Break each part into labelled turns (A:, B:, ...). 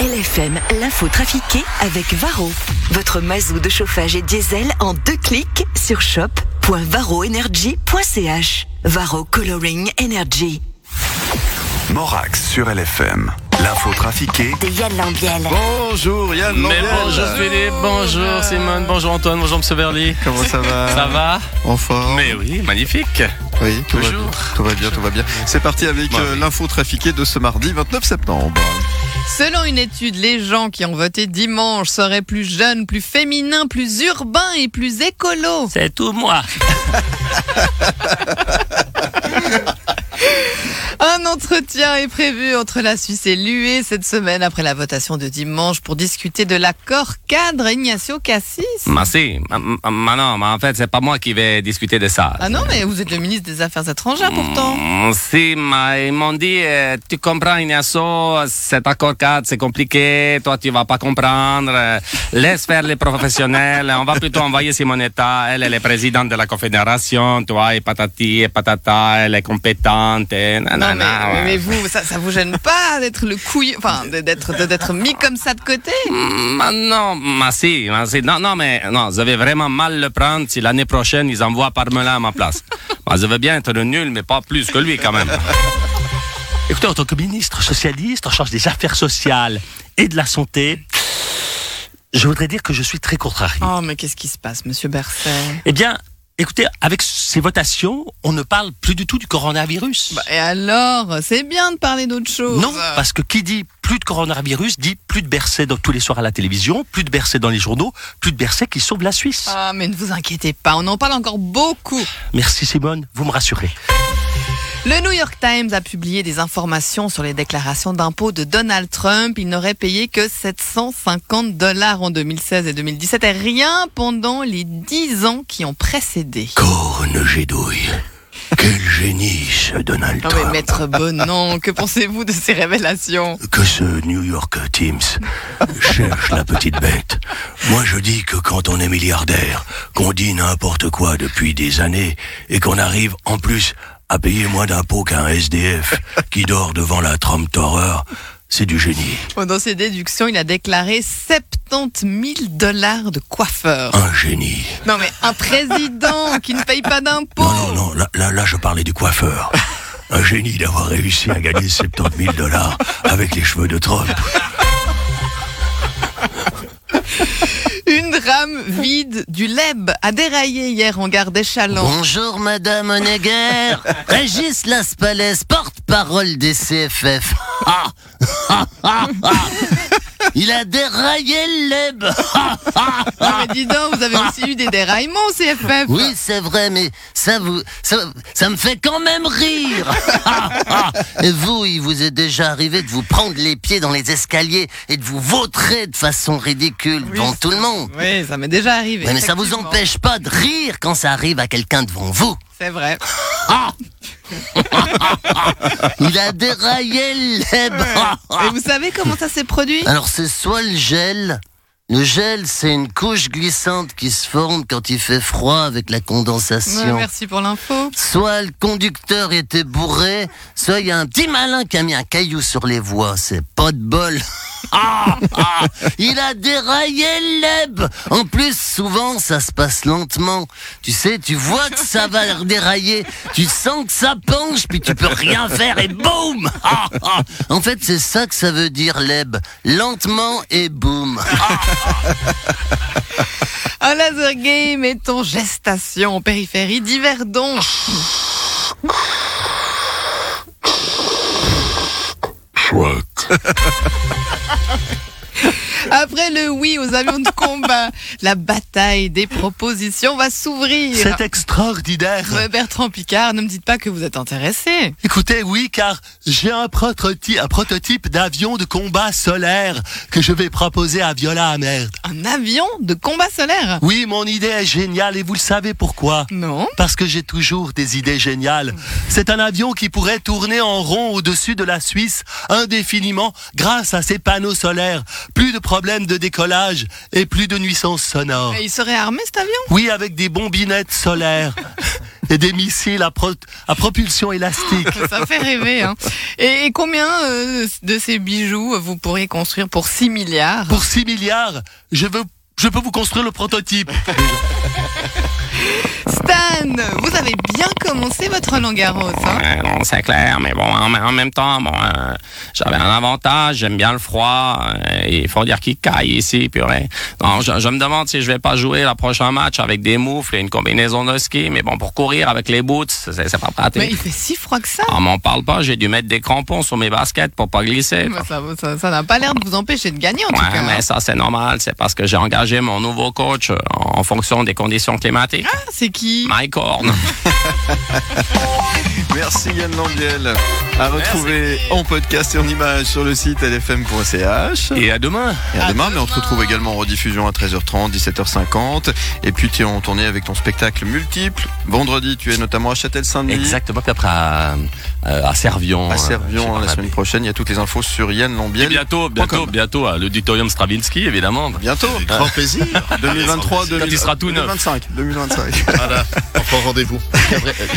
A: LFM, l'info trafiquée avec Varro. Votre mazou de chauffage et diesel en deux clics sur shop.varroenergy.ch. Varro Coloring Energy.
B: Morax sur LFM. L'info trafiquée
C: de Yann Lambiel.
B: Bonjour Yann
D: Mais
B: Lambiel.
D: bonjour Philippe, bonjour Simone, bonjour Antoine, bonjour Monsieur Verly.
E: Comment ça va
D: Ça va
E: En forme
D: Mais oui, magnifique.
E: Oui, tout va, bien,
D: Toujours.
E: tout va bien, tout va bien. C'est parti avec
D: Bah
E: euh,
D: oui.
E: l'info trafiquée de ce mardi 29 septembre.
F: Selon une étude, les gens qui ont voté dimanche seraient plus jeunes, plus féminins, plus urbains et plus écolos.
D: C'est tout moi.
F: Un entretien est prévu entre la Suisse et l'UE cette semaine après la votation de dimanche pour discuter de l'accord cadre Ignacio Cassis.
D: Mais si, mais- mais non, mais en fait, c'est pas moi qui vais discuter de ça.
F: Ah non, mais vous êtes le ministre des Affaires étrangères pourtant.
D: Mm, Si, mais ils m'ont dit, euh, tu comprends Ignacio, cet accord cadre c'est compliqué, toi tu vas pas comprendre, euh, laisse faire les professionnels, on va plutôt envoyer Simonetta, elle elle est présidente de la confédération, toi et patati et patata, elle est compétente, et
F: Non, mais,
D: nanana, Ah ouais.
F: mais vous, ça, ça vous gêne pas d'être le couille, enfin, de- d'être, de- d'être mis comme ça de côté
D: Ma- Mm, ah, non, ma si, ma si. Non, non, mais non, je vais vraiment mal le prendre si l'année prochaine ils envoient Parmelin à ma place. Ma, je veux bien être nul, mais pas plus que lui quand même.
G: Écoutez, en tant que ministre socialiste en charge des affaires sociales et de la santé, je voudrais dire que je suis très contrarié.
F: Oh, mais qu'est-ce qui se passe, monsieur Berset
G: Eh bien, écoutez, avec ces votations, on ne parle plus du tout du coronavirus.
F: Bah, oh, Et alors, c'est bien de parler d'autre chose.
G: non, parce que qui dit plus de coronavirus dit plus de Bercé dans, tous les soirs à la télévision, plus de Bercé dans les journaux, plus de Bercé qui sauve la Suisse.
F: Ah, mais ne vous inquiétez pas, on en parle encore beaucoup.
G: Merci Simone, vous me rassurez.
F: Le New York Times a publié des informations sur les déclarations d'impôts de Donald Trump. Il n'aurait payé que 750 dollars en 2016 et 2017 et rien pendant les 10 ans qui ont précédé.
G: Corne gédouille. Quel génie ce Donald
F: Non mais Ah maître Bonan, que pensez-vous de ces révélations
G: que ce New York Times cherche la petite bête. Moi, je dis que quand on est milliardaire, qu'on dit n'importe quoi depuis des années et qu'on arrive en plus à payer moins d'impôts qu'un SDF qui dort devant la Trump Tower, c'est du génie.
F: Dans ses déductions, il a déclaré 70 000 dollars de coiffeur.
G: Un génie.
F: Non mais un président qui ne paye pas
G: Non,
F: d'impôts
G: non, non, là, là, là, je parlais du coiffeur. Un génie d'avoir réussi à gagner 70 000 dollars avec les cheveux de Trump.
F: Une rame vide du Leb a déraillé hier en gare d'Échalon.
H: Bonjour Madame Honegger, Régis Laspalès, porte-parole des CFF. Ah, ah, ah, ah. Il a déraillé le leb. Ah, ah,
F: Non,
H: ah.
F: mais dis donc, vous avez aussi eu des déraillements au CFF.
H: Oui, c'est vrai, mais ça vous, ça, ça me fait quand même rire. Ah, ah. Et vous, il vous est déjà arrivé de vous prendre les pieds dans les escaliers et de vous vautrer de façon ridicule devant tout le monde.
F: Oui, ça m'est déjà arrivé.
H: Ouais, mais ça vous
F: effectivement.
H: empêche pas de rire quand ça arrive à quelqu'un devant vous.
F: C'est vrai.
H: Il a déraillé le leb. Ah, ah.
F: Et vous savez comment ça s'est produit
H: Alors c'est soit le gel. Le gel, c'est une couche glissante qui se forme quand il fait froid avec la
F: Ouais,
H: condensation.
F: Merci pour l'info.
H: soit le conducteur était bourré, soit il y a un petit malin qui a mis un caillou sur les voies. C'est pas de bol. Ah, ah, il a déraillé le leb. En plus, souvent, ça se passe lentement. Tu sais, tu vois que ça va dérailler, tu sens que ça penche, puis tu peux rien faire et boum. Ah, ah. En fait, c'est ça que ça veut dire leb. Lentement et boum.
F: Un laser game est en gestation en périphérie d'Yverdon. Après le oui aux avions de combat, la bataille des propositions va s'ouvrir.
G: extraordinaire.
F: Euh, Bertrand Picard, ne me dites pas que vous êtes intéressé.
G: Écoutez, oui, car j'ai un prototype, un prototype d'avion de combat solaire que je vais proposer à Viola Amert.
F: Un avion de combat solaire
G: Oui, mon idée est géniale et vous le savez pourquoi
F: Non.
G: parce que j'ai toujours des idées géniales. C'est un avion qui pourrait tourner en rond au-dessus de la Suisse indéfiniment grâce à ses panneaux solaires. Plus de problèmes de décollage et plus de nuisances sonores.
F: Mais il serait armé cet avion
G: Oui, avec des bombinettes solaires.
H: et des missiles à, pro- à propulsion élastique.
F: Ça fait rêver. Hein. Et, et combien euh, de ces bijoux vous pourriez construire pour 6 milliards
H: Pour 6 milliards, je, veux, je peux vous construire le prototype.
F: Stan, vous avez bien commencé votre langue à rose. Hein
D: Ouais, non, c'est clair, mais bon, en, en même temps, bon, euh, j'avais un avantage, j'aime bien le froid, euh, et il faut dire qu'il caille ici, purée. Non, je, je me demande si je vais pas jouer la prochain match avec des moufles et une combinaison de ski, mais bon, pour courir avec les boots, c'est c'est pas
F: Mais il
D: pratique. Ah,
F: fait si froid que ça.
D: On m'en parle pas, j'ai dû mettre des crampons sur mes baskets pour pas glisser.
F: Bah, ça ça- ça n'a pas l'air de vous empêcher de gagner en tout
D: Ouais,
F: cas. hein.
D: mais ça c'est normal, c'est parce que j'ai engagé mon nouveau coach euh, en fonction des conditions climatiques.
F: Ah, c'est qui
D: Mike Horn.
E: Merci Yann Lambiel. À retrouver en podcast et en image sur le site lfm.ch.
D: Et à demain.
E: Et à demain, mais on te retrouve également en rediffusion à 13h30, 17h50. Et puis tu es en tournée avec ton spectacle multiple. Vendredi, tu es notamment à Châtel-Saint-Denis.
C: Exactement, puis après à, à Servion.
E: À
C: euh,
E: Servion
C: chez
E: hein, la semaine prochaine. Il y a toutes les infos sur Yann
C: Et
E: Lambiel.
C: bientôt, bientôt,
E: com.
C: bientôt à l'auditorium Stravinsky, évidemment.
E: Bientôt.
I: Grand plaisir.
E: 2023,
C: Quand il sera tout neuf.
E: 2025. 2025.
I: Voilà. On prend rendez-vous.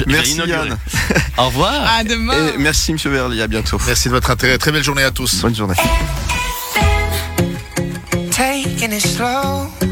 E: Merci
C: inauguré.
E: Yann.
C: Au revoir.
F: À Ah, demain.
E: Et merci Monsieur Verly. À bientôt.
I: Merci de votre intérêt. Très belle journée à tous.
E: Bonne journée.
J: taking it slow.